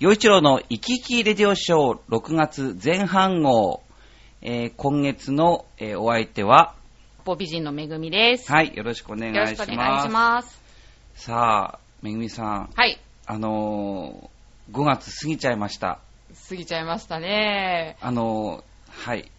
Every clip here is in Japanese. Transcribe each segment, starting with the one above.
洋一郎の生き生きレディオショー6月前半号、えー今月の、えーお相手は、ポ美人のめぐみです。はい、よろしくお願いしまよろす。しくお願いします。さあ、めぐみさん、はい。あのー、5月過ぎちゃいました。過ぎちゃいましたね。あのー、はい、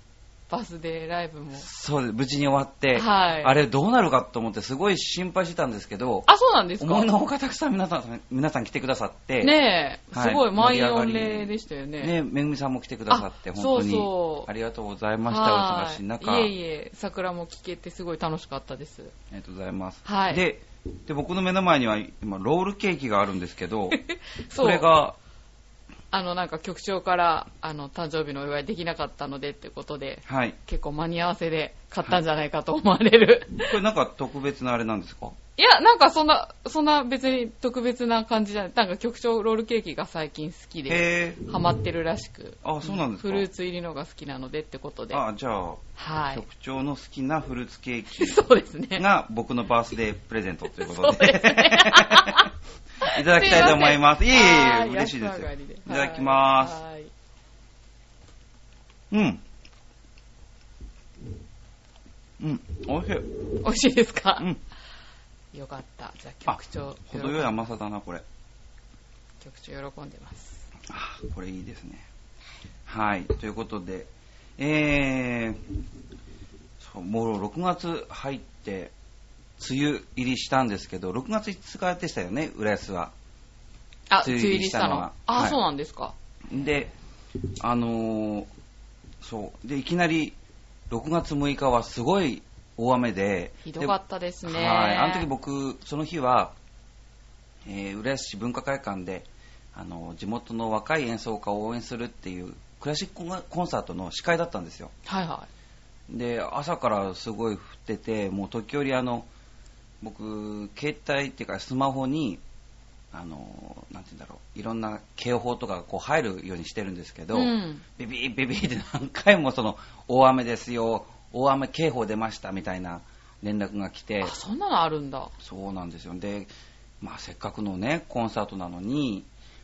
バスデーライブも。そうです無事に終わって、はいあれどうなるかと思ってすごい心配してたんですけど、あ、そうなんですか思いのほかたくさん皆さん皆さん来てくださって、ねえ、はいすごい満員御盛り上が礼りでしたよね。ね、めぐみさんも来てくださって、あ本当にそうそうありがとうございました、はお忙しい中。いえいえ、桜も聞けてすごい楽しかったです。ありがとうございます。はいでで、僕の目の前には今、ロールケーキがあるんですけど、 そうそれが、あの、なんか局長から、あの、誕生日のお祝いできなかったのでってことで、はい。結構間に合わせで買ったんじゃないかと思われる。これなんか特別なあれなんですか いや、なんかそんな、そんな別に特別な感じじゃない。なんか局長ロールケーキが最近好きで、へハマってるらしく。あそうなんですかフルーツ入りのが好きなのでってことで。ー。あ、じゃあ、はい。局長の好きなフルーツケーキ そうですね。が僕のバースデープレゼントというこそとうで。ですね。 いただきたいと思います。いえいはえ、嬉しいです安上よ。がりいでただきます。はいはいうん。うん、美味しい。美味しいですか、うん。よかった。じゃああ局長、程よい甘さだな、これ。局長喜んでます。あーこれいいですね。はい、ということで、えー、そうもう6月入って、梅雨入りしたんですけど、6月5日でしたよね、浦安は。あ、梅雨梅雨入入りりししたたのの。はあ、はいそうなんですか。で、あのーそう、で、いきなり6月6日はすごい大雨で、ひどかったですね。はい、あの時僕、その日は、えー浦安市文化会館であの地元の若い演奏家を応援するっていうクラシックコンコンサートの司会だったんですよ。はいはで朝からすごい降ってて、もう時折あの僕携帯っていうかスマホにあのなんて言うんだろういろんな警報とかがこう入るようにしてるんですけい。ど、ん。ビビービビーって何回もその大雨ですよ、大雨警報出ましたみたいな連絡が来てあ、。そんなのあるんだ。そうなんですよ。で、まあ、せっかくのね、コンサートなのに、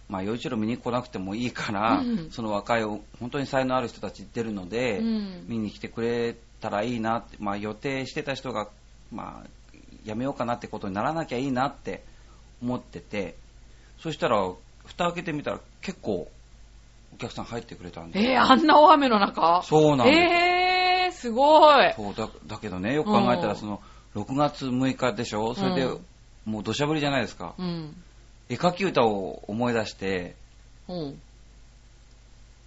まあ、洋一郎見に来なくてもいいから、うんその若い、本当に才能ある人たち出るので、うん見に来てくれたらいいなって、まあ、予定してた人が、まあ、やめようかなってことにならなきゃいいなって思ってて、そしたら、蓋開けてみたら結構、お客さん入ってくれたんで。えー、あんな大雨の中そうなんですよえー、すごい。そうだだけどね、よく考えたうら、んその、6月6日でしょそれで、うんもう土砂降りじゃないですか。うん。絵描き歌を思い出して、うん。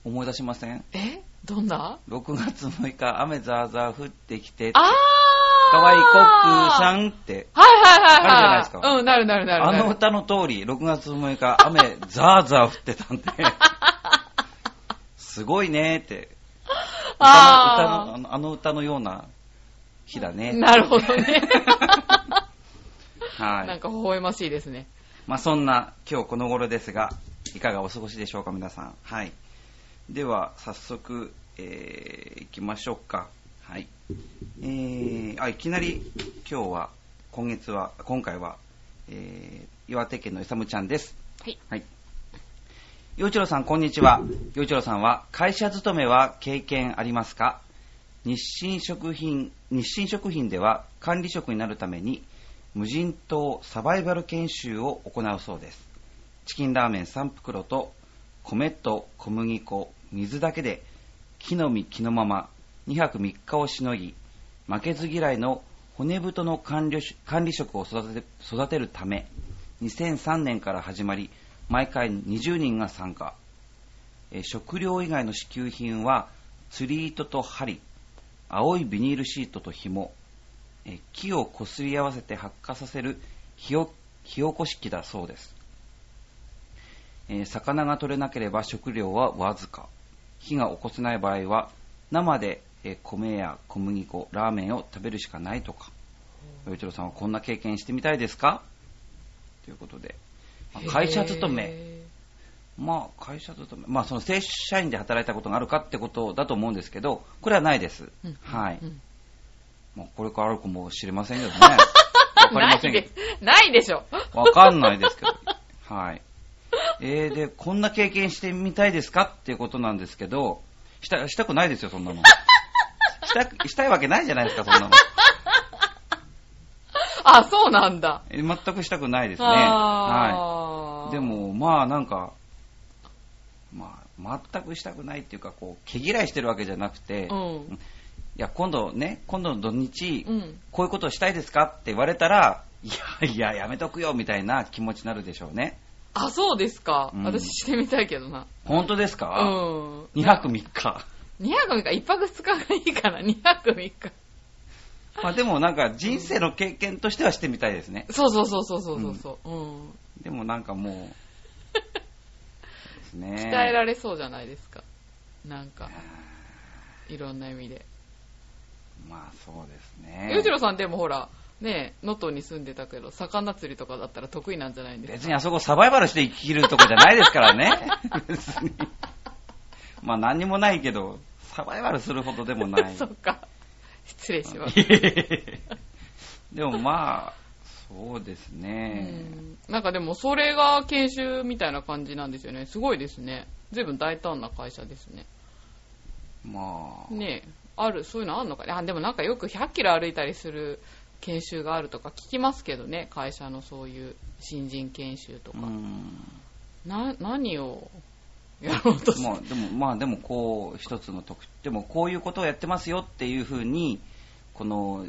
思い出しませんえどんな ?6 月6日、雨ザーザー降ってきて、かあーわいいコックさはいんって、はいはいはい。あるじゃないですかうん、なるなるなるあなる。の歌の通り、6月6日、雨ザーザー降ってたん で、すごいねーって、歌の歌あのあの歌のような日だね。ーなるほどね。は なんい。か微笑ましいですね。まあそんな今日この頃ですが、いかがお過ごしでしょうか、皆さん。はい。では、早速、えー、行きましょうか。はい。えー、あ、いきなり今日は、今月は、今回は、えー、岩手県のいさむちゃんです。はい。はい。洋一郎さん、こんにちは。洋一郎さんは、会社勤めは経験ありますか日清食品、日清食品では管理職になるために、無人島サバイバル研修を行うそうです。チキンラーメン3袋と、米と小麦粉、水だけで、木の実木のまま、2泊3日をしのぎ、負けず嫌いの骨太の管理管理職を育て育てるため、2003年から始まり、毎回20人が参加。えー食料以外の支給品は、釣り糸と針、青いビニールシートと紐、えー木をこすり合わせて発火させる火お火起こし器だそうです。えー魚が取れなければ食料はわずか。火が起こせない場合は、生でえー米や小麦粉、ラーメンを食べるしかないとか。与一郎さんはこんな経験してみたいですかということで、まあ会社勤め、へまあ、会社勤め、まあ、その正社員で働いたことがあるかってことだと思うんですけど、これはないです。ー。うんはい。うんまあ、これからあるかもしれません けどね。わかりませんなけいで、ないでしょ。ど。わかんないですけど。はい。えーで、こんな経験してみたいですかっていうことなんですけど、した、したくないですよ、そん なの。したく、したいわけないじゃないですか、そんなの。あ、そうなんだ。え全くしたくないですね。はあい。ーで、も、まあなんか、まあ、全くしたくないっていうか、こう、毛嫌いしてるわけじゃなくて、ういん。や、今度ね、今度の土日、うん。こういうことをしたいですかって言われたら、いやいや、やめとくよ、みたいな気持ちになるでしょうね。あ、そうですか。うん私してみたいけどな。本当ですうか、ん。 ?2 泊3日。 2泊3日、1泊2日がいいかな、2泊3日。まあでもなんか人生の経験としてはしてみたいですね。そうそうそうそうそうそう。うん。でもなんかもう、ですね鍛えられそうじゃないですか。なんか、いろんな意味で。まあそうですね。ゆうじろうさんでもほら、ねえ、能登に住んでたけど、魚釣りとかだったら得意なんじゃないんですか。別にあそこサバイバルして生きるとこじゃないですからね。別に。まあ何にもないけど、サバイバルするほどでもない そっか。失礼しま す。でもまあ、そうですうね。んなんかでもそれが研修みたいな感じなんですよね。すごいですね。随分大胆な会社ですね。まあ、ねえ、ある、そういうのあるのかね。あ、でもなんかよく100キロ歩いたりする研修があるとか聞きますけどね。会社のそういう新人研修とうか。 ん。な、何をやろうとしてまあでも、まあでもこう、一つの特、でもこういうことをやってますよっていうふうに、この、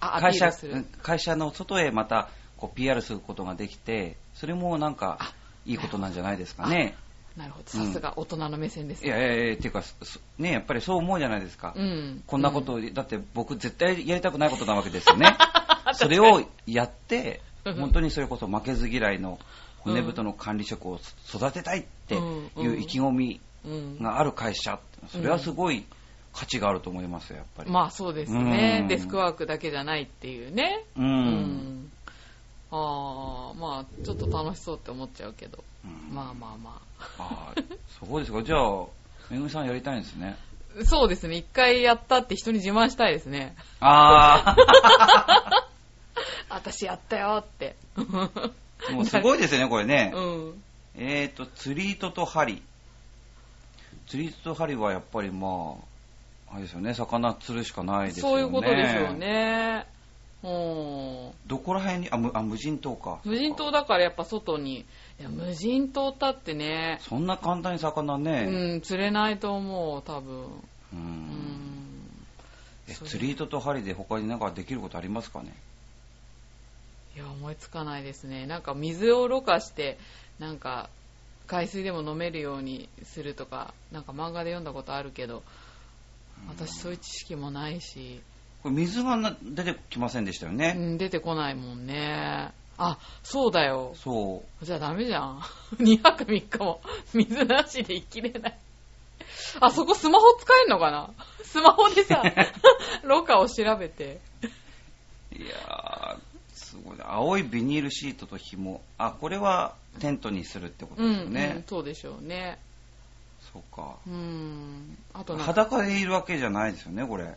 あ、ア会ピー社ルする。会社の外へまたこう PR することができて、それもなんかいいことなんじゃないですかね。なるほど。さすが大人の目線ですいやね。いやいや、っていうか、そそね、やっぱりそう思うじゃないですか。うん。こんなこうと、だって僕絶対やりたくないことなわけですよ ね。それをやって、うん本当にそれこそ負けず嫌いの骨太の管理職を育てたいっていう意気込みうん。がある会社、それはすごい価値があると思いますよ、やっぱり。まあそうですね、うんデスクワークだけじゃないっていうね。う。うんああ、まあちょっと楽しそうって思っちゃうけど。うんまあまあまああ、そうですか。じゃあ、めぐみさんやりたいんです ね。あ。そうですね、一回やったって人に自慢したいですね。あ 私やったよって。あ、もうすごいですよね、これね。うん。えっ、と、釣り糸と針。釣り糸と針はやっぱりまあ、あれですよね、魚釣るしかないですよね。そういうことですよ。ね。うん。どこら辺に、あ、無あ無人島か。無人島だからやっぱ外に。いや、無人島だってね、そんな簡単に魚ね。うん、釣れないと思う、多分。うん。うん。えそう釣り糸と針で他になんかできることありますかねいや、思いつかないですね。なんか水をろ過して、なんか海水でも飲めるようにするとか、なんか漫画で読んだことあるけど、私そういう知識もないし、これ水がな出てきませんでしたようね。ん、出てこないもんね。あ、そうだよ。そう。じゃあダメじゃん。2泊3日も水なしで生きれない。あそこスマホ使えんのかなスマホでさ、ろ過を調べて。いやー、すごいな。青いビニールシートと紐。あ、これはテントにするってことうん、ですよね。うん、そうでしょうね。そうか。うん。あとなんか裸でいるわけじゃないですよね、これ。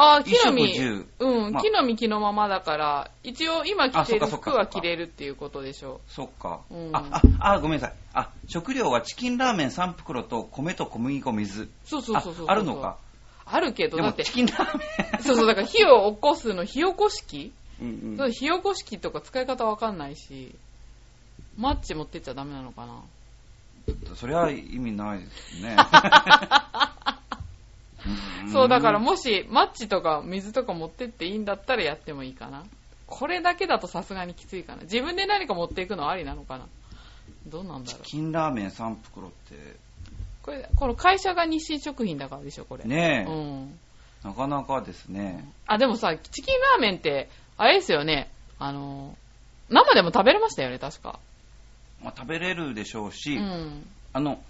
あー、木の衣食実住。うん、まあ木の実木のままだから、一応今着てあるそっかそっか服そっかは着れるっていうことでしょそっか。うんあ、あ、あ、ごめんなさい。あ、食料はチキンラーメン3袋と米と小麦粉水。う。そうそうそうそうあ、あるのか。。あるけど、でだもって、チキンラーメそうそう、だから火を起こすの、火起こし器、ン。うん そう火起こし器とか使い方わかんないし、マッチ持ってっちゃダメなのかな。うん。それは意味ないですね。ん そう、だからもし、マッチとか水とか持ってっていいんだったらやってもいいかな。これだけだとさすがにきついかな。自分で何か持っていくのありなのかな。どうなんだチろう。キンラーメン3袋っこれ、この会社が日清食品だからでしょ、これ。て、ねえ、うん。なかなかですね。あ、でもさ、チキンラーメンって、あれですよね、あの、生でも食べれましたよね、確か。まあ、食べれるでしょううし、ん。あの、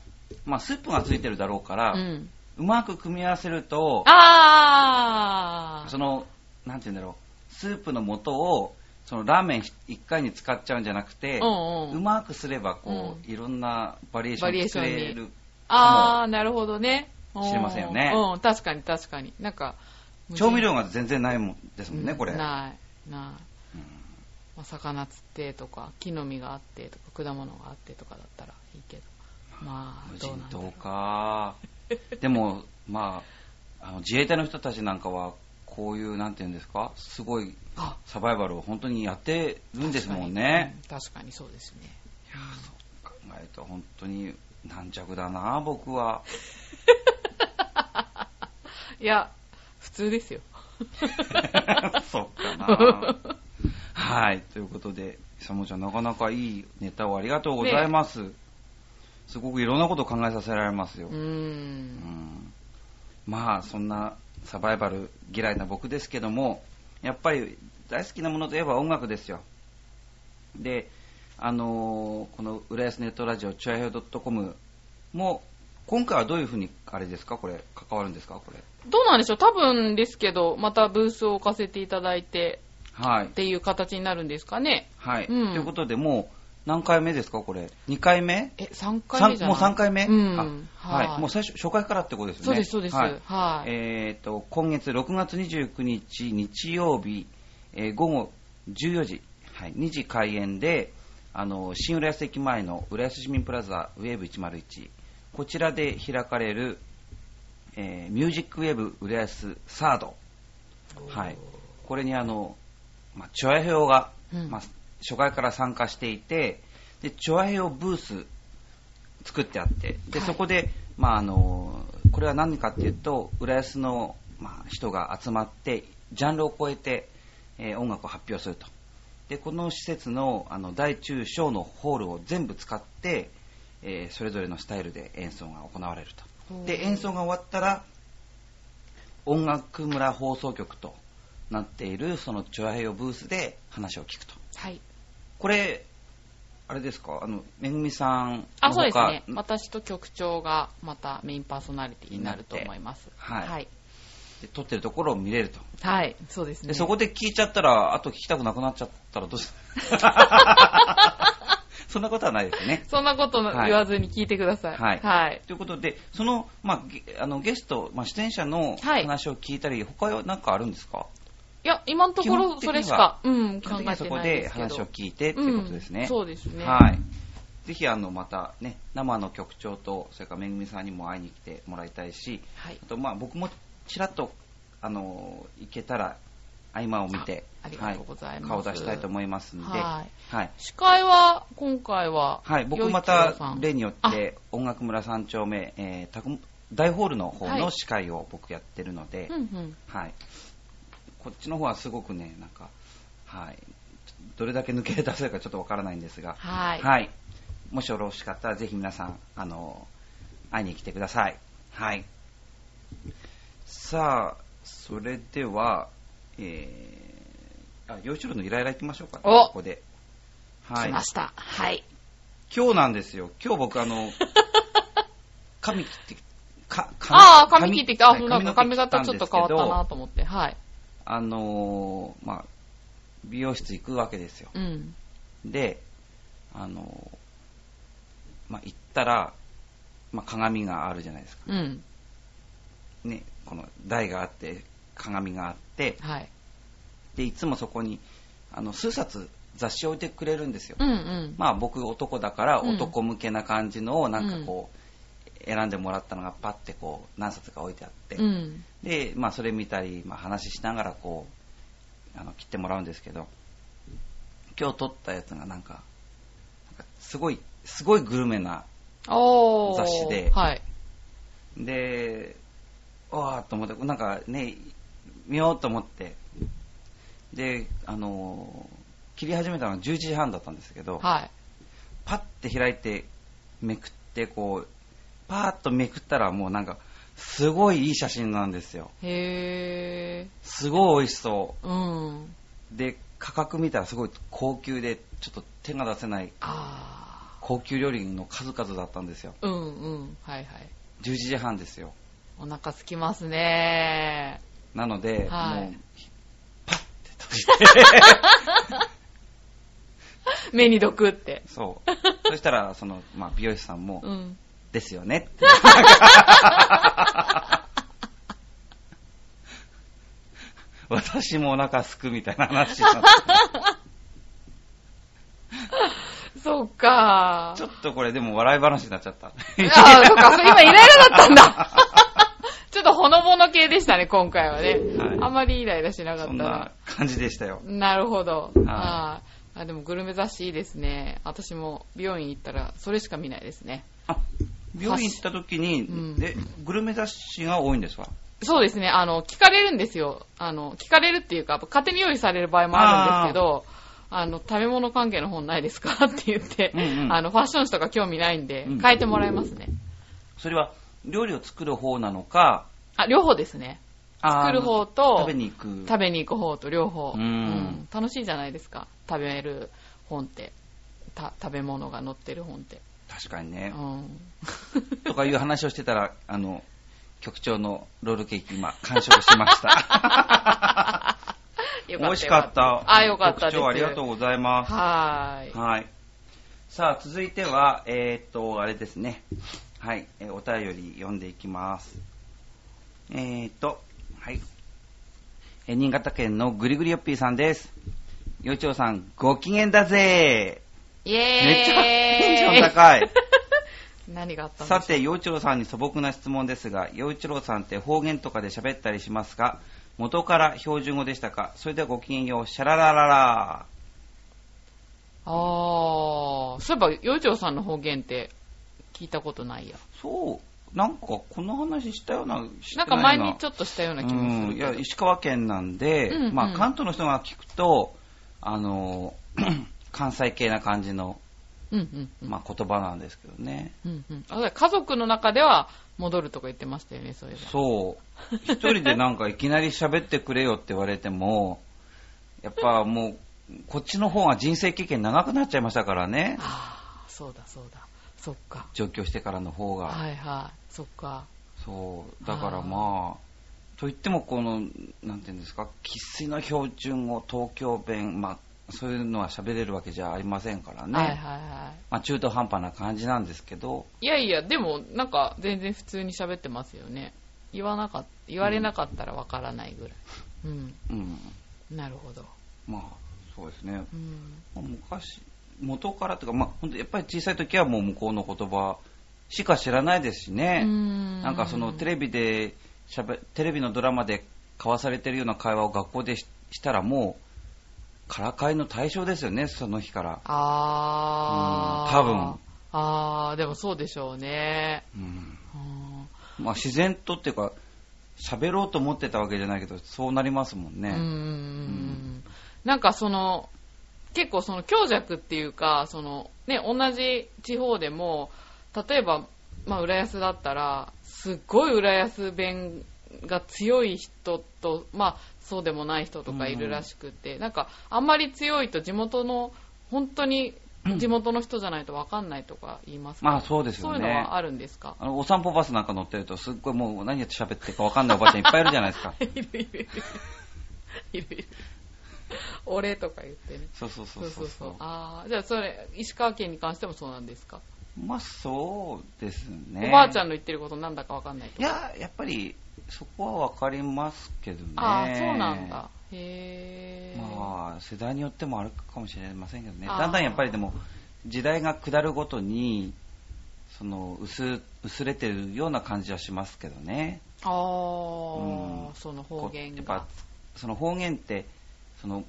まあ、スープがついてるだろうから、う。うんまく組み合わせると、あーその、なんて言うんだろう、スープの素を、そのラーメン一回に使っちゃうんじゃなくて、うんうん。まくすれば、こう、いろんなバリエーションを作れる。あー、なるほどね。うん知れませんよねうん、確かに確かに。なんか、調味料が全然ないもんですもんね、これ。ない、なうい。んまあ、魚釣ってとか木の実があってとか果物があってとかだったらいいけどまあ無どう人なんだろ島うか。でも、まあ、あの自衛隊の人たちなんかは、こういう、なんていうんですか、すごいあサバイバルを本当にやってるんですもん確かね。に,うん、確かにそうですね考えると本当に軟弱だな、僕は。いや普通ですよ そっか な。はい、ということで、久本ちゃん、なかなかいいネタをありがとうございます。すごくいろんなことを考えさせられますよ。うーうんんまあそんなサバイバル嫌いな僕ですけどもやっぱり大好きなものといえば音楽ですよであのーこの浦安ネットラジオチュアヘッ .com も今回はどういうふうにあれですかこれ関わるんですかこれどうなんでしょう多分ですけどまたブースを置かせていただいてはいっていう形になるんですかねはい、うんということでもう何回目ですかこれ2回目え3回目じゃないさんもう3回目、うんあはい、もう最初初回からってことですねそうですそうですははいい、えー、と今月6月29日日曜日、えー午後14時、はい、2時開演であの新浦安駅前の浦安市民プラザウェーブ101こちらで開かれる、えーミュージックウェーブ浦安サード、はい、これにあの、まあ、チョアヘオが、うんまあ、初回から参加していてでチョアヘオブース作ってあってで、はいそこで、まあ、あのこれは何かっていうと浦安の、まあ、人が集まってジャンルを超えて、えー音楽を発表するとでこの施設のあの大中小のホールを全部使って、えーそれぞれのスタイルで演奏が行われると。で演奏が終わったら音楽村放送局となっているそのチョアヘヨブースで話を聞くとはいこれあれですかあのめぐみさんあのそうですね他私と局長がまたメインパーソナリティになると思いますはいはい、で撮ってるところを見れるとはいそうですで、ねそこで聞いちゃったらあと聞きたくなくなっちゃったらどうす そんなことはないですねそんなことのはい言わずに聞いてくださいはいはい、ということでその,、まあ、ゲあのゲスト、まあ、出演者のはい話を聞いたり、他は何かあるんですかいや今のところ基本そ的にはれしか、うん、基考本的にえてなはいそこでですけど話を聞いてっていうことですね、うん、そうですねはい。ぜひあのまたね生の局長とそれからめぐみさんにも会いに来てもらいたいし、はいあとまあ僕もちらっとあの行けたら合間を見てあありがとうございますは顔出したいと思いますんで、は、はいはい、司会は今回は、僕与一ま郎さたん例によって音楽村三丁目、えーたく大ホールの方はのい司会を僕やってるので、うんうんはい、こっちの方はすごくねなんかはいどれだけ抜け出せるかちょっとわからないんですが。はい、はい。もしよろしかったら、ぜひ皆さん、あの、会いに来てください。はい。さあ、それでは、えー、あ、洋一郎のイライラ行きましょうか、おここで。は来い。ましたはい今日なんですよ。今日僕、あ の、髪切ってき、か、髪ああ髪切ってきたあはいなんか髪の毛切髪型んちでょっすとけど変わったなと思ってはいあのーまあ、美容室行くわけですよ。うんで、あの、まあ、行ったら、まあ、鏡があるじゃないですか。うんね、この台があって、鏡があって、はいで、いつもそこに、あの、数冊雑誌を置いてくれるんですよ。うんうんまあ、僕男だからうん男向けな感じのをなんかこう、選んでもらったのがパッてこう、何冊か置いてあって、うんで、まあ、それ見たり、まあ、話しながらこうあの切ってもらうんですけど今日撮ったやつがなんかなんかすごいすごいグルメなおー雑誌ではいでわあと思ってなんかね見ようと思ってであのー切り始めたのが11時半だったんですけどはいパッて開いてめくってこうパーッとめくったらもうなんかすごいいい写真なんですよへえすごい美味しそううんで価格見たらすごい高級でちょっと手が出せないあ高級料理の数々だったんですよあうんうんはいはい11時半ですよお腹すきますねなので、はいもうパッて 閉じて目に毒ってそうそしたらその、まあ、美容師さんも「うんですよ ね」って私もお腹すくみたいな話になってそっかちょっとこれでも笑い話になっちゃった。ああ、そっか、そう今イライラだった んだ。ちょっとほのぼの系でしたね、今回はね。はいあまりイライラしなかっそたんなな。感じでしたよ。なるほど。いあーあでもグルメ雑誌いいですね。私も美容院行ったらそれしか見ないですね。あ、病院行った時に、うんえ、グルメ雑誌が多いんですかそうですね、あの、聞かれるんですよ。あの、聞かれるっていうか、勝手に用意される場合もあるんですけど、あの、食べ物関係の本ないですかって言って、うんうんあの、ファッション誌とか興味ないんでうん、変えてもらえますね。それは料理を作る方なのか、あ、両方ですね。あー作る方と食べに行く。食べに行く方と両方、うんうん楽しいじゃないですか食べる本ってた食べ物が載ってる本って、確かにうね。ん、 とかいう話をしてたら、あの、局長のロールケーキ今、完食しました。 よ美味しかった。あよかったです局長ありがとうございます。はーいはい。さあ、続いては、えーっと、あれですね。はい、えーお便り読んでいきます。えーっと、はい。えー新潟県のぐりぐりよっぴーさんです。よいちょうさん、ご機嫌だぜイエーイめっちゃテンション高い 何があったんでしょうさて、洋一郎さんに素朴な質問ですが、洋一郎さんって方言とかで喋ったりしますか元から標準語でしたかそれではごきげんよう、シャララララああそういえば洋長さんの方言って聞いたことないやそう、なんかこの話したような、なんか前にちょっょっとしたようとな気もするいけど、や、石川県なんで、うんうんまあ関東の人が聞くと、あの ー関西系な感じの、うんうんうんまあ、言葉なんですけどね。うんうん、あそうだ家族の中では戻るとか言ってましたよね、そういえば。そう。一人でなんかいきなり喋ってくれよって言われても、やっぱもう、こっちの方が人生経験長くなっちゃいましたからね。ああ、そうだそうだ。そっか。上京してからの方が。はいはい。そっか。そう。だからまあ、といってもこの、なんていうんですか、生粋の標準語、東京弁、まあ、そういうのは喋れるわけじゃありませんからね。はいはいはまあ、中途半端な感じなんですけど、い。いやいや、でも、なんか、全然普通に喋ってますよね。言わなかっ言われなかったらわからないぐらい。うん。うん。なるほど。まあ、そうですね。うん。まあ昔元からというか、まあ、本当やっぱり小さい時はもう向こうの言葉しか知らないですしね、ななんかそのテレビでしゃべテレビのドラマで交わされてるような会話を学校でししたらもうからかいの対象ですよねその日から、ああ。うん多分。ああ、でもそうでしょうね。うんうんまあ、自然とっていうか喋ろうと思ってたわけじゃないけどそうなりますもんうね、んなんかその、結構その強弱っていうか、そのね、同じ地方でも、例えば、まあ、浦安だったら、すっごい浦安弁が強い人と、まあ、そうでもない人とかいるらしくて、なんか、あんまり強いと地元の、本当に地元の人じゃないと分かんないとか言いますか、まあそうですそうよいうのねはあるんですか あのお散歩バスなんか乗ってるとすっごいもう何やって喋ってるかわかんないおばちゃんいっぱいいるじゃないです かいるいるいる。いるいる。 俺とか言ってね。そうそうそうそうそうああ、じゃあそれ、石川県に関してもそうなんですか。まあそうですね。おばあちゃんんの言ってることなんだかわかんないといや、やっぱりそこはわかりますけどね。ああ、そうなんだ。。へえ。まあ世代によってもあるかもしれませんけどね。あーだんだんやっぱりでも時代が下るごとに、その薄薄れてるような感じはしますけどね。あーうんその方こ言うやっがぱ。その方言ってその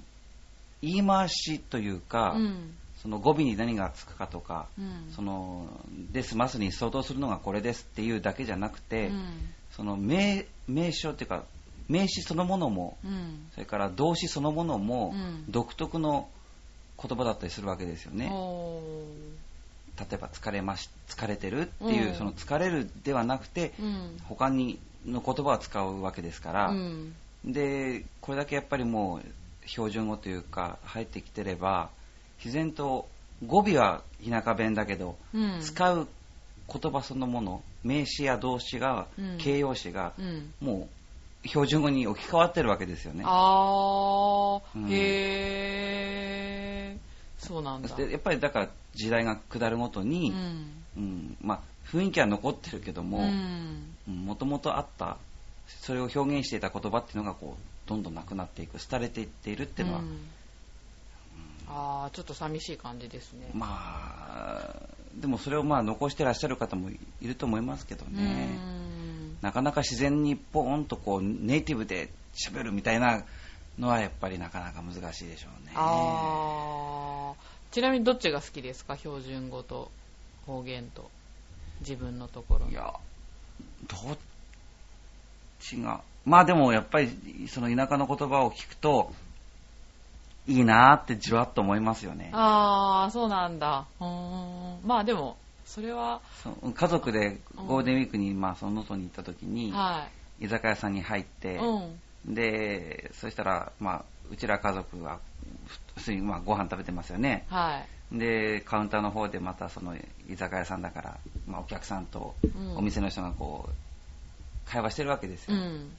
言い回しというか、うん。その語尾に何がつくかとか、うん。そので済ますに相当するのがこれですっていうだけじゃなくうて。ん。その名名称っていうか名詞そのものもうん。それから動詞そのものもうん独特の言葉だったりするわけですよね、お例えば疲れまし疲れてるっていう、うんその疲れるではなくてーうん。他にの言葉を使うわけですから、うん。でこれだけやっぱりもう標準語というか入ってきてれば自然と語尾は田舎弁だけど、うん。使う言葉そのもの名詞や動詞が、うん形容詞がうん。もう標準語に置き換わってるわけですよね。あうんーへえ。そうなんだ。でやっぱりだから時代が下るごとうに、ん。うんまあ、雰囲気は残ってるけどうもんもともとあったそれを表現していた言葉っていうのがこうどんどんなくなっていく廃れていっているっていうのは、んああちょっと寂しい感じですね、まあ、でもそれをまあ残してらっしゃる方もいると思いますけどね。うんなかなか自然にポーンとこうネイティブで喋るみたいなのはやっぱりなかなか難しいでしょうね。あーちなみにどっちが好きですか標準語と方言と自分のところのいや、どっちが、まあでもやっぱりその田舎の言葉を聞くと、いいなーってじわっと思いますよね。ああそうなんだうーんまあでもそれは、そう家族でゴールデンウィークにまあその能登に行った時に、は居酒屋さんに入っい、て、うん、で、そしたら、まあ、うちら家族は、普通にまあご飯食べてますよね。はで、カウンターの方でまたその居酒屋さんだから、まあお客さんとい、うん、お店の人がこう、会話してるわけですうよ。ん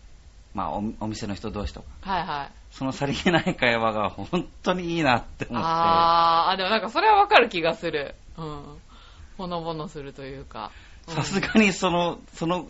まあお、お店の人同士とか。はいはいそのさりげない会話が本当にいいなって思っあーあでもなんかそれはわかる気がするうんほのぼのするというかうて、さんすがにその、その、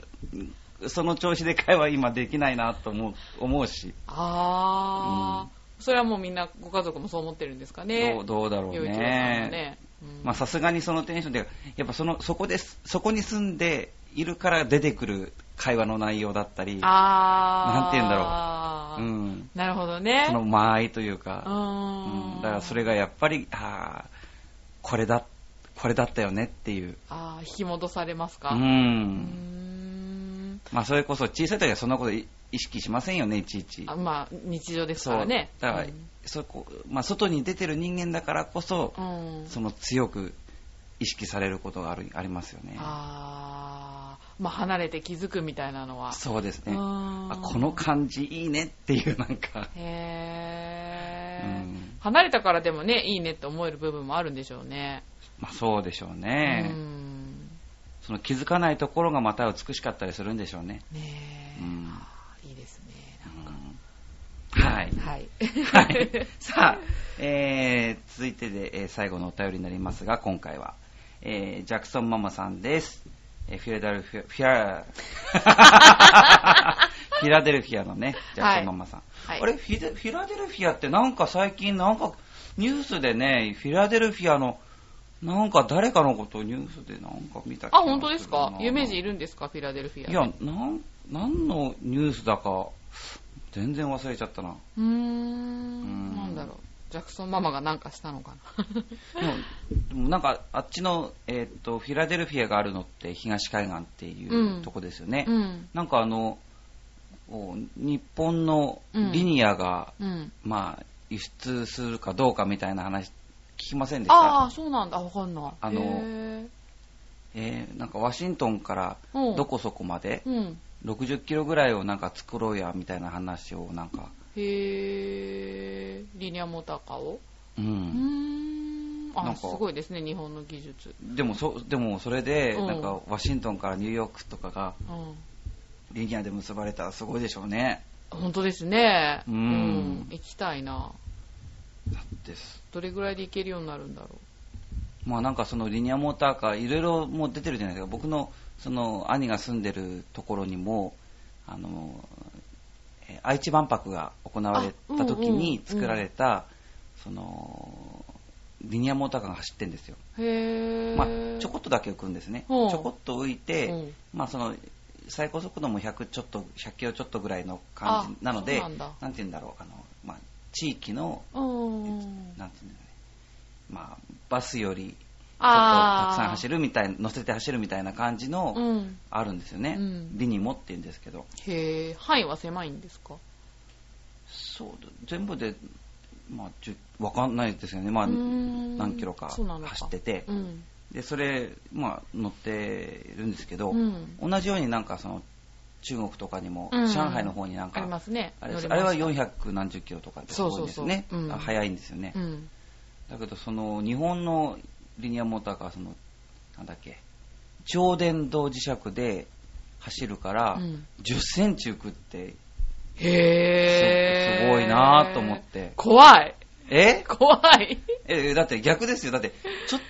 その調子で会話今できないなと思う思うし、ああ、それはもうみんなご家族もそう思ってるんですかねどうどうだろう陽一郎さんはね。ね、うんまあさすがにそのテンションで、やっぱそのそこですそこに住んでいるから出てくる会話の内容だったり、あーなんて言うんだろうううんん、なるほどねその間合いといううか、うんんだからそれがやっぱり、あーこれだ、これだったよねっていう。ああ引き戻されますかううーんんまあ、それこそ小さい時はそんなこと意識しませんよね、いちいち。あまあ日常ですからねそうだから、うんそこまあ、外に出てる人間だからこそ、うんその強く意識されることがあるありますよね。あーまあ離れて気づくみたいなのはそうですね。ああこの感じいいねっていう、なん か、へーうん離れたからでもねいいねって思える部分もあるんでしょうね、まあ、そうでしょううね。んその気づかないところがまた美しかったりするんでしょうね。ねえ、うんあーいいですねうなんんか、はい。はい はい、さあ、えー続いてで、えー最後のお便りになりますが、今回は、えージャクソンママさんです。えーフィラデルフィア、フィラ、 フィラデルフィアのね、ジャクソンママさん。はいあれフィデフィラデルフィアってなんか最近なんかニュースでね、フィラデルフィアのなんか誰かのことをニュースでなんか見た気があ本当でするかな有名人いるんですかフィラデルフィアいや、なん、何のニュースだか全然忘れちゃったな。うーうんんなんだろうジャクソンママがなんかしたのかなでもでもなんかあっちの、えーっとフィラデルフィアがあるのって東海岸っていううんとこですよね、 うんなんかあのお日本のリニアが、うんまあ、輸出するかどうかみたいな話聞きませんでしたああそうなんだわかんないあのへーえーなんかワシントンからうんどこそこまでうん60キロぐらいをなんか作ろうやみたいな話をなんか、へえリニアモーターカーをううーん、んなあんかすごいですね日本の技術でもそでもそれでうんなんかワシントンからニューヨークとかがうんリニアで結ばれたらすごいでしょうね本当ですねうんん行きたいなですどれぐらいで行けるようになるんだろまあなんかそのリニアモーターカーいろいろもう出てるじゃないですか僕のその兄が住んでるところにもあのえー愛知万博が行われた時にあうんうん作られたそのリニアモーターカーが走ってるんですよ、うへえまあ、ちょこっとだけ浮くんですねちうんょこっと浮いてうんまあその最高速度も100ちょっと100キロちょっとぐらいの感じなのであそうなんだなんて言うんだろうあの、まあ、地域のうなんんて言うんだろうねまあバスよりちょっとたああくさん走るみたい乗せて走るみたいな感じうのんあるんですよね、うんリニモって言うんですけどへえ範囲は狭いんですかそうだ全部で、まあ、10わかんないですよね、まあ、うーん何キロかそうなのか走っててうんでそれ、まあ、乗ってるんですけど、うん同じようになんかその中国とかにも、うん上海の方になんあかりますねあれです乗あれりまはした400何十キロとかってすそうごいそんうですそうねうんあ速いんですよね、うんだけどその日本のリニアモーターカーはそのなんだっけ超電導磁石で走るから、うん10センチ浮くってへえすすごいなと思って怖いえ怖いえだって逆ですよだってちょっ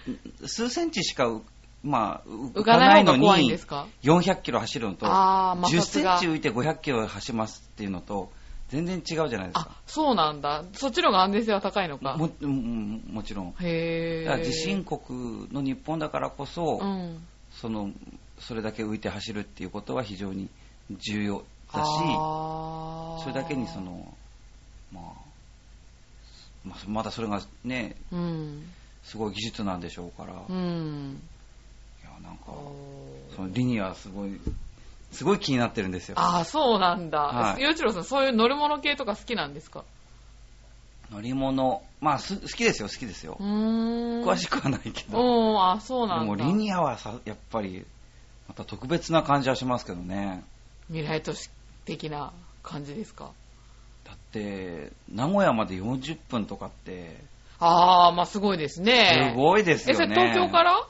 と数センチしか浮,、まあ、浮浮かかなないいの方がに怖いんですか400キロ走るのとあー摩10セン擦がチ浮いて500キロ走りますっていうのと全然違うじゃないですかあ、そうなんだ。そっちの方が安全性は高いのか。もうんもちろんへだかえ。ら地震国の日本だからこそ、うん。そのそれだけ浮いて走るっていうことは非常に重要だしあーそれだけにそ、の、まあまあ、まだそれがねうん。すごい技術なんでしょうから、ういん。やなんかおーそのリニアすごいすごい気になってるんですよああ、そうなんだは。い洋一郎さん、そういう乗り物系とか好きなんですか乗り物まあす好きですよ好きですよう、ーん。詳しくはないけど、おー、あ、そうなでんもだ。リニアはさやっぱりまた特別な感じはしますけどね未来都市的な感じですかだって名古屋まで40分とかってああ、まあすごいですね。すごいですえ、よそねれ東京から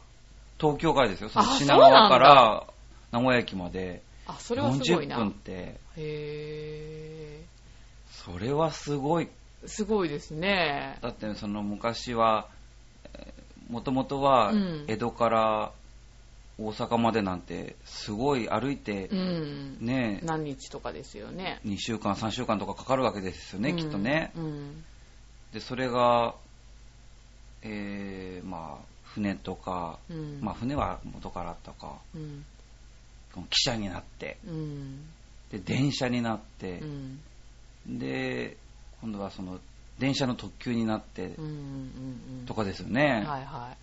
東京からですよ、そあの品川かそうら名古屋駅まであ、それはすごい40な。分って、へそれはすごい、ーすごいですね。だってその昔は、もともとはうん江戸から大阪までなんて、すごい歩いてう、ん。ね何日とかですよね。 2週間、3週間とかかかるわけですよね、うんきっとね。うん。で、それが、えーまあ、船とか、うん。まあ、船は元からあったか、うん。汽車になって、うん。で、電車になって、うん。で今度はその電車の特急になってうん。うん。とかかですよね、はいは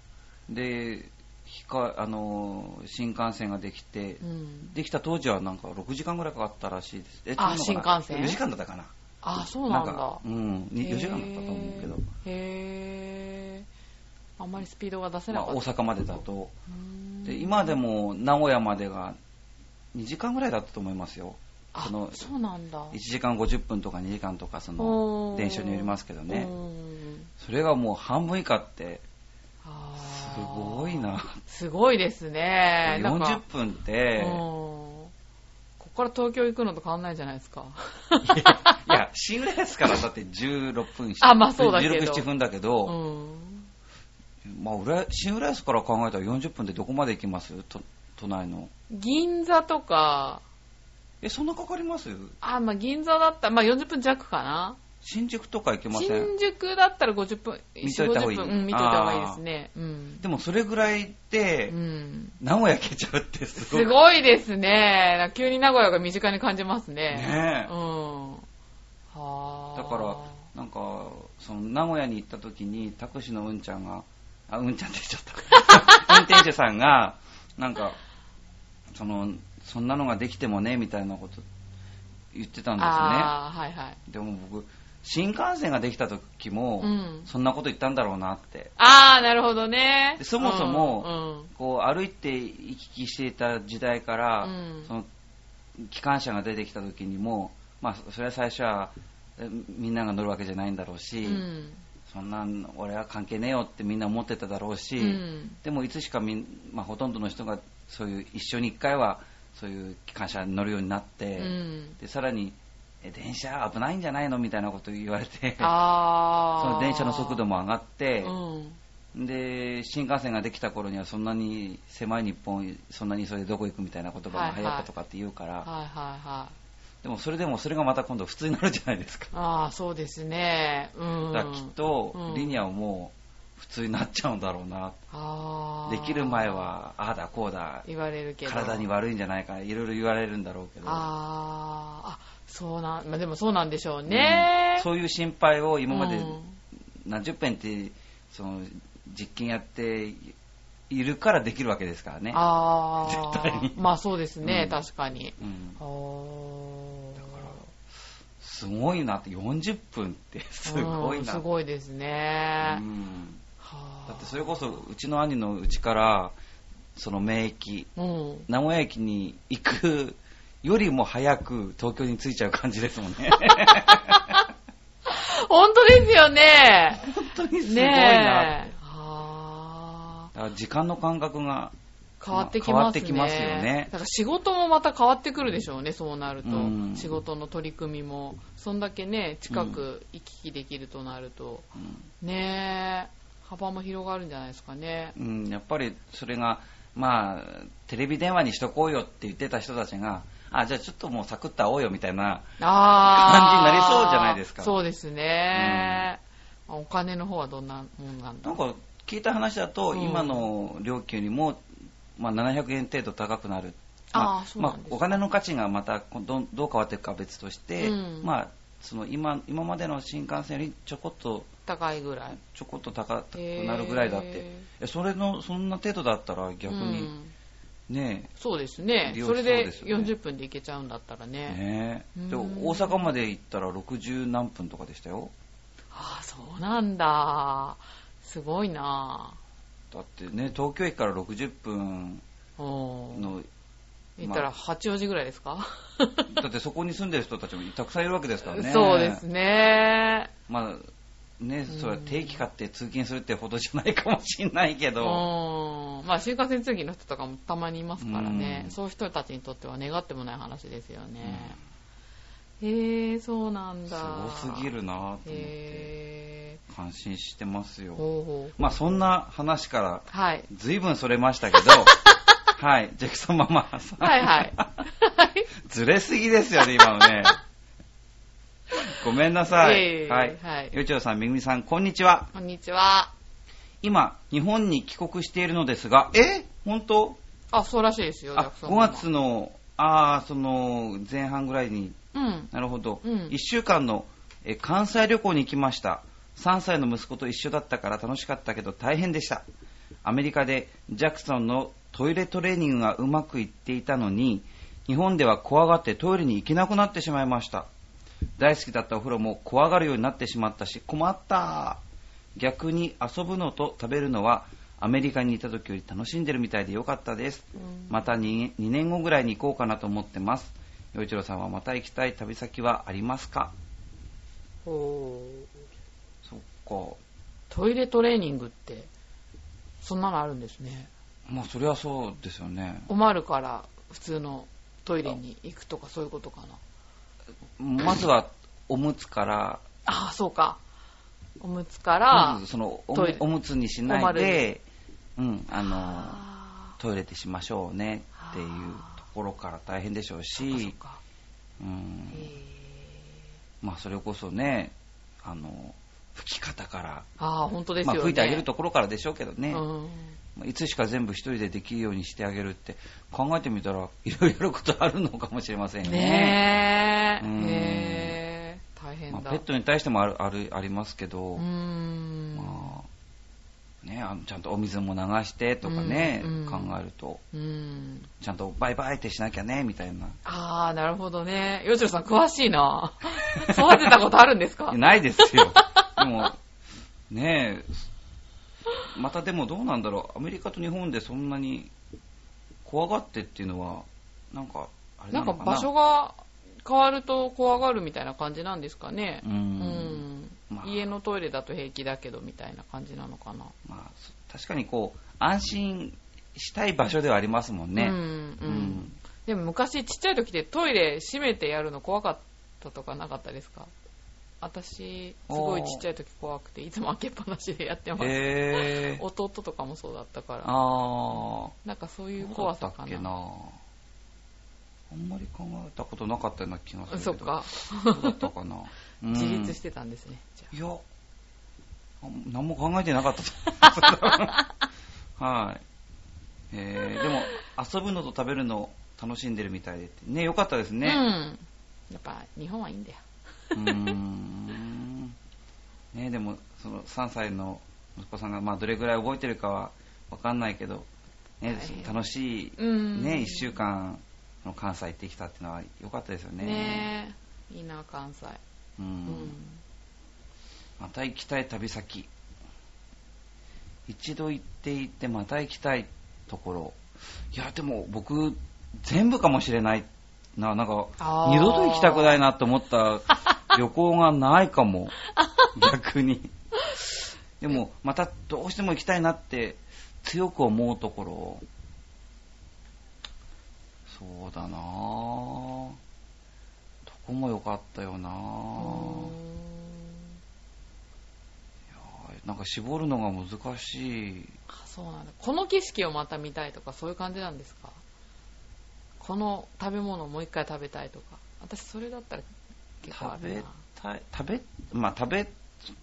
でひかあのー新幹線ができて、い。うん。できた当時はなんか6時間ぐらいかかったらしいですえあ違うのかな新幹線4時間だったかなあ、そうなんだか。うんに4時間だへっーたと思うけど、へーあんまりスピードが出せなまかあ、った。大阪までだとうんで今でも名古屋までが2時間ぐらいだったと思いますよあそのそうなんだ。 1時間50分とか2時間とかそおのー電車によりますけどねうんそれがもう半分以下ってあすーごいなすごいですね。なん40か分っうんて、ここから東京行くのと変わんないじゃないですか。いや、新浦安からだって16分しあまあそうだけど16、7分だけ うど、ん。まあ、浦新浦安から考えたら40分でどこまで行きますと都内の。銀座とか、え、そんなかかりますあ、まあ銀座だったら、まあ40分弱かな。新宿とか行けません新宿だったら50分、見といた方がいい40分、うん、見といた方がいいですね。うん。でもそれぐらいで、うん名古屋行けちゃうってすごい。すごいですね。なんか急に名古屋が身近に感じますね。ねうえん。はあ。だから、なんか、その名古屋に行った時に、タクシーのうんちゃんが、あ、うんちゃんって言っちゃ った。運転手さんが、なんか、その、そんなのができてもね、みたいなこと言ってたんでああ、はいはい。すね。でも僕、新幹線ができた時も、うんそんなこと言ったんだろうなって。ああ、なるほどね。でそもそもうんこう歩いて行き来していた時代から、うんその機関車が出てきた時にも、まあ、それは最初はえみんなが乗るわけじゃないんだろうし、うんうんそんなん俺は関係ねえよってみんな思ってただろうし、うんでもいつしかみん、まあ、ほとんどの人がそういう一緒に1回はそういう機関車に乗るようになって、うんでさらにえ電車危ないんじゃないのみたいなこと言われてそああの電車の速度も上がって、うんで新幹線ができた頃にはそんなに狭い日本そんなにそれでどこ行くみたいな言葉が流行ったとかって言うから、はいはいはいでもそれでもそれがまた今度普通になるじゃないですか、ああそうですねうんだからきっとうんリニアをもう普通になっちゃうんだろうな、ああできる前はああだこうだ言われるけど体に悪いんじゃないかいろいろ言われるんだろうけど、あああそうなん、まあ、でもそうなんでしょうね、うんそういういう心配を今までん何十遍ってその実験やっているからできるわけですからね、ああ絶対にまあそうですね、うん確かにうんおだからすごいなって40分ってすごいなすってごいですうね、んはあだってそれこそうちの兄のうちからその名駅うん名古屋駅に行くよりも早く東京に着いちゃう感じですもん ね本当ですよね。本当に すごいなっねてえ。あーだから時間の感覚が変わってきますね。変わってきますよねだから仕事もまた変わってくるでしょうね、そうなると。うん仕事の取り組みも。そんだけね、近く行き来できるとなると。うねえ。幅も広がるんじゃないです かね。ん、うんやっぱりそれがまあテレビ電話にしとこうよって言ってた人たちがあ、じゃあちょっともうサクッと会おうよみたいな、あー感じになりそうじゃないですかそうですね、お金の方はどんなもんなんだなろんうか聞いた話だと、うん今の料金よりも、まあ、700円程度高くなる。あーまそうなんですねまあお金の価値がまたどんどう変わっていくかは別として、うんまあ、その今今までの新幹線よりちょこっと高いぐらいちょこっと高くなるぐらいだって、へえそれのそんな程度だったら逆うにんねそうですね利用それでしそうですよね40分で行けちゃうんだったらえ、ねねえうんで大阪まで行ったら60何分とかでしたよああそうなんだすごいなだってね東京駅から60分おーの言ったらま八王子ぐらいですか、だってそこに住んでる人たちもたくさんいるわけですからね そうですねまあねそれは定期買って通勤するってほどじゃないかもしれないけうど、んまあ新幹線通勤の人とかもたまにいますからね、うんそういう人たちにとっては願ってもない話ですよね、へえそうなんすだごすぎるなと思ってへえ感心してますよほうほうまあそんな話からはいずいぶんそれました けどはいジェクソンママさんはいはい ずれすぎですよね、今のね。ごめんなさい。いえいえはい。はいよちろさん、めぐみさん、こんにちは。こんにちは今、日本に帰国しているのですが、え本当あそうらしいですよあ、5月のの、ああ、その、前半ぐらいに、うんなるほど。うん1週間のえ関西旅行に行きました。3歳の息子と一緒だったから楽しかったけど大変でした。アメリカでジャクソンのトイレトレーニングがうまくいっていたのに、日本では怖がってトイレに行けなくなってしまいました。大好きだったお風呂も怖がるようになってしまったし、困った。逆に遊ぶのと食べるのはアメリカにいた時より楽しんでるみたいでよかったです。うんまた 2, 2年後ぐらいに行こうかなと思ってます。洋一郎さんはまた行きたい旅先はありますかほうそっか。トイレトレーニングってそんなのあるんですねまあ、それはそうですよね。困るから普通のトイレに行くとかそういうことかなまずは、おむつから、ああそうかおむつかまらずそのおトむイレおむつにしないで、うん、ああの、トイレでしましょうねっていうところから大変でしょうーそし、っかうそっかへん、ーまあ、それこそね、あの、吹き方から、ああ本当ですまよあ、ね、吹いてあげるところからでしょうけどうね。んまあいつしか全部一人でできるようにしてあげるって考えてみたらいろいろやることあるのかもしれませんよね。ねえうんへえ大ま変あだ、ペットに対してもあるあるありますけど、うーん、まあね、あのちゃんとお水も流してとかね、うんうん考えるとうんちゃんとバイバイってしなきゃねみたいなああなるほどねよちろさん詳しいな育てたことあるんですかないです よでもねえまたでもどうなんだろうアメリカと日本でそんなに怖がってっていうのはなんかあれななんのかかな場所が変わると怖がるみたいな感じなんですかね。うんうんまあ家のトイレだと平気だけどみたいな感じなのかな。まあ、そ確かにこう安心したい場所ではありますもんね。うんううんんでも昔ちっちゃい時でトイレ閉めてやるの怖かったとかなかったですか私、すごいちっちゃい時怖くて、いつも開けっぱなしでやってます。へえー、弟とかもそうだったから、ああ、なんかそうそいううだっ怖たさっかけな。な。あんまり考えたことなかったような気がするけど。そっか。そうだったか な。うん自立してたんですね。じゃいや、あ何も考えてなかったと 思います。はい。えー、でも、遊ぶのと食べるの楽しんでるみたいでって。ね、よかったですあね。うん。やっぱ日本はいいんだよ。うーんね、でもその3歳の息子さんが、まあ、どれぐらい覚えてるかは分かんないけど、ね大変、楽しい、うんね、1週間の関西行ってきたっていうのは良かったですよねねえいいな関西、うんうんまた行きたい旅先一度行って行ってまた行きたいところいやでも僕全部かもしれないななんかあー二度と行きたくないなと思った 旅行がないかも逆にでもまたどうしても行きたいなって強く思うところそうだなぁどこも良かったよなぁいやなんか絞るのが難しいあそうなんだこの景色をまた見たいとかそういう感じなんですかこの食べ物をもう一回食べたいとか私それだったら結構あ食るべなたい食べまあ食べ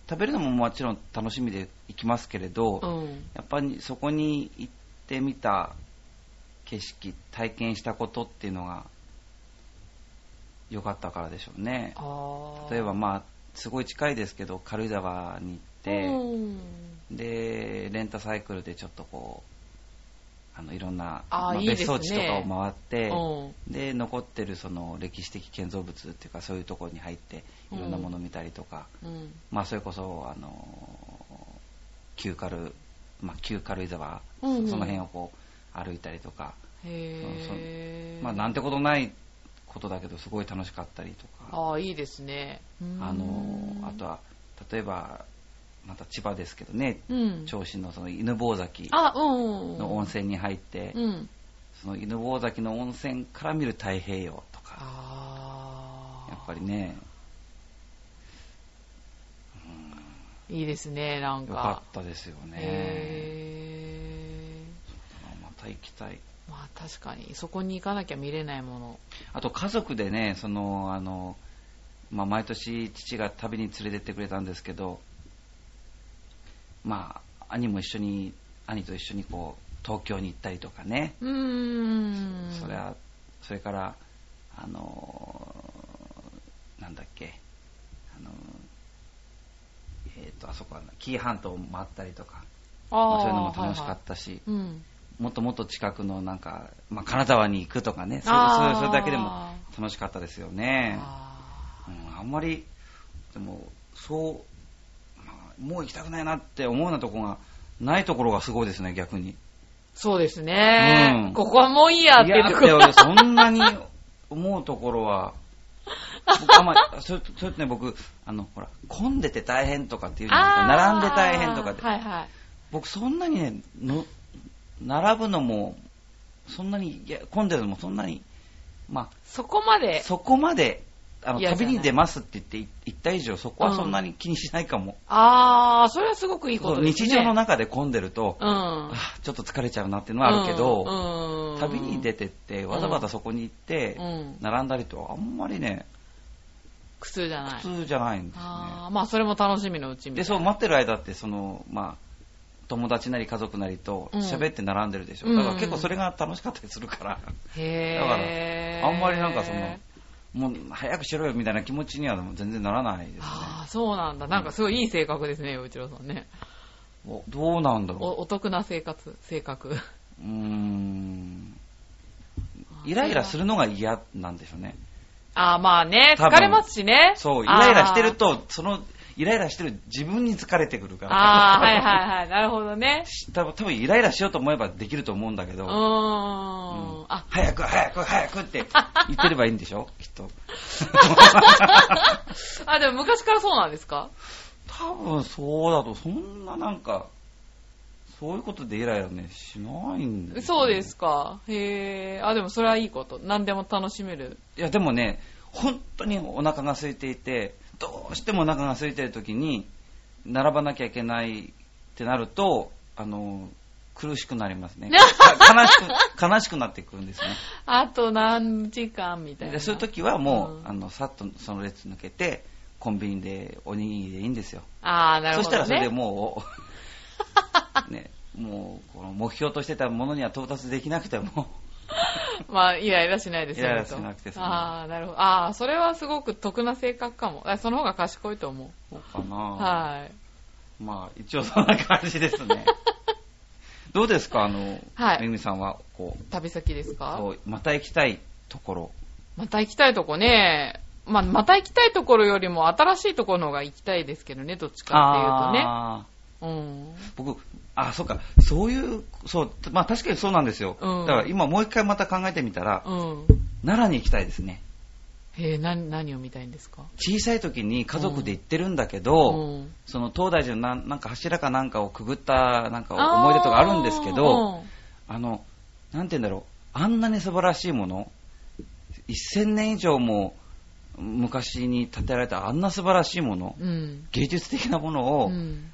食べるのももちろん楽しみで行きますけれど、うんやっぱりそこに行ってみた景色体験したことっていうのが良かったからでしょうねあ例えばっまあすごい近いですけど軽井沢に行って、うん、でレンタサイクルでちょっとこうあのいろんなあーまいいです別ね荘地とかを回ってうんで残ってるその歴史的建造物っていうかそういうところに入っていろんなもの見たりとか、うんまあそれこそあのー旧軽、まあ、旧軽井沢、うんうんその辺をこう歩いたりとか、へえまあなんてことないことだけどすごい楽しかったりとかああいいですねあのーあとは、は例えばまた千葉ですけどねうん、銚子のその犬吠埼あうんの温泉に入って、うんその犬吠埼の温泉から見る太平洋とかああやっぱりねいいですねな良んかかったですよねへえまた行きたいまあ確かにそこに行かなきゃ見れないものあと家族でねそのあの、まあ、毎年父が旅に連れてってくれたんですけどまあ兄も一緒に兄と一緒にこう東京に行ったりとかね、うーんそれはそれからあのなんだっけあのえっ、とあそこはな紀伊半島もあったりとか、まああーそういうのも楽しかったし、はいはいうんもっともっと近くのなんか、まあ、金沢に行くとかねそれそあれーそれだけでも楽しかったですよねあうん、あんまりでもそう、まあもう行きたくないなって思うようなとこがないところがすごいですね逆にーそうですね、うんここはもういいやっていうとこいやってそんなに思うところは僕あんまりそれとそれとね僕あのほら混んでて大変とかっていうじゃないですか並んで大変とかで、はいはい僕そんなにねの並ぶのもそんなにいや混んでるのもそんなにまそこまあでそこまであの嫌じゃない旅に出ますって言ってい行った以上そこはそんなに気にしないかも、ああそれはすごくいいことですね日常の中で混んでると、うんあちょっと疲れちゃうなっていうのはあるけど、うんうん旅に出てってわざわざそこに行って、うん並んだりとはあんまりね苦痛じゃない普通じゃないんですね、ああまあそれも楽しみのうちみたでいなそう待ってる間ってそのまあ友達なり家族なりと喋って並んでるでしょ、うんだから結構それが楽しかったりするから、へえあんまりなんかそのもう早くしろよみたいな気持ちには全然ならないですねああそうなんだなんかすごいいい性格ですね陽一郎さんねおどうなんだろおお得な生活性格ううーん イライラするるのが嫌なんでしょうねああまあね多疲分れますしねそうイライラしてるとそのイライラしてる自分に疲れてくるからあーあーはいはいはいなるほどね 多分多分イライラしようと思えばできると思うんだけど、うーんうんあ早く早く早くって言ってればいいんでしょ きっとあでも昔からそうなんですか多分そうだとそんななんかそういうことでイライラねしないんですよそうですかへえあでもそれはいいこと何でも楽しめるいやでもね本当にお腹が空いていてどうしてもお腹が空いてる時に並ばなきゃいけないってなるとあの苦しくなります ねか悲しく悲しくなってくるんですねあと何時間みたいでなそういう時はもう、うんあのさっとその列抜けてコンビニでおにぎりでいいんですよ、ああなるそほど、ね、したらそれでもう ねもうこの目標としてたものには到達できなくても まあ、イライラしないですイライラしなくて済むああ、なるほど。ああ、それはすごく得な性格かも。あその方が賢いと思う。そうかな、はい。まあ一応そんな感じです ねどうですかあの、はいめぐみさんはこ旅先ですうかそうまた行きたいところまた行きたいとこね。まあ、また行きたいところよりも新しいところの方が行きたいですけどね、どっちかあっていうとね。ー僕あそうかそういうそうまあ確かにそうなんですよ、うんだから今もう一回また考えてみたら、うん。うん。奈良に行きたいですねへえ、な、何を見たいんですか小さい時に家族で行ってるんだけど、うんその東大寺のなんなんか柱かなんかをくぐったなんか思い出とかあるんですけど、あの、なんて言うんだろう、あんなに素晴らしいもの、1000年以上も昔に建てられたあんな素晴らしいものあー、うん。芸術的なものうをん。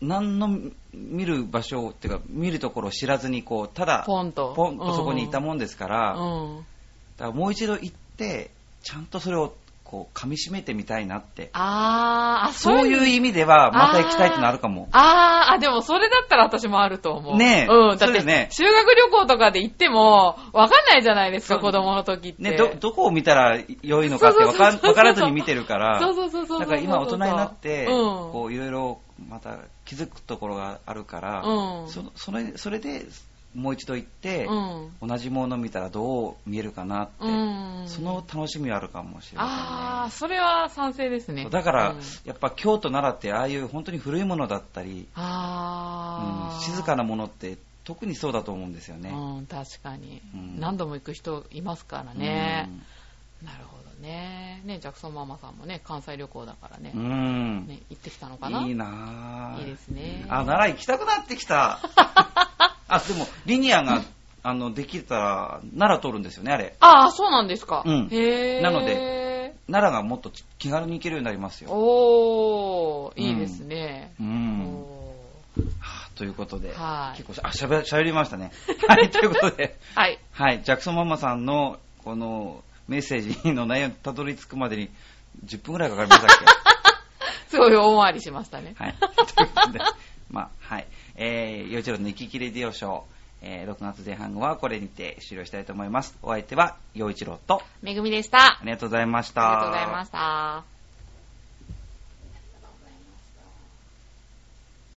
何の見る場所っていうか見るところを知らずにこうただポンとポンとそこにいたもんですから,、だうん、からもう一度行ってちゃんとそれをこう噛み締めてみたいなってあーあそういう意味ではまた行きたいってのあるかもあーあ、でもそれだったら私もあると思う。ねえうん、そだうっだて、よね修学旅行とかで行っても、わかんないじゃないですか、そう子供の時って。ね、どどこを見たら良いのかって分かんそうそうそうそう分からずに見てるからそうそうそうそうそうそう。だから今大人になってうん。こういろいろまた気づくところがあるから、うんそそれそれでもう一度行って、うん。同じもの見たらどう見えるかなって、うん。その楽しみはあるかもしれあなあ、それは賛成ですいねね。だから、うんやっぱ京都奈良ってああいう本当に古いものだったり、ああ、うん静かなものって特にそうだと思うんですよね。うん、確かに、うん何度も行く人いますからね。なるほどね。ね、ジャクソンママさんもね、関西旅行だからね。うん、うんね行ってきたのかないいいなぁですね。あ、奈良行きたくなってき た。あ、でも、リニアが、あの、できたら、奈良通るんですよね、あれ。ああ、そうなんですか。うんへえ。なので。奈良がもっと気軽に行けるようになりますよ。おー、いいですね。う。うんはあということで、はい結構しゃ、あ、しゃべ、しゃべりましたね。 はい、ということで、はい。 はい、ジャクソンママさんの、この、メッセージの内容にたどり着くまでに、10分ぐらいかかりましたっけすごい大回りしましたね。 はい。ということで、まあ、はい。えー、よちろの行き来レディオショー、えー、6月前半後はこれにて終了したいと思います。お相手は、よ一郎と、めぐみでした。あありがとうございました。りがとうございました。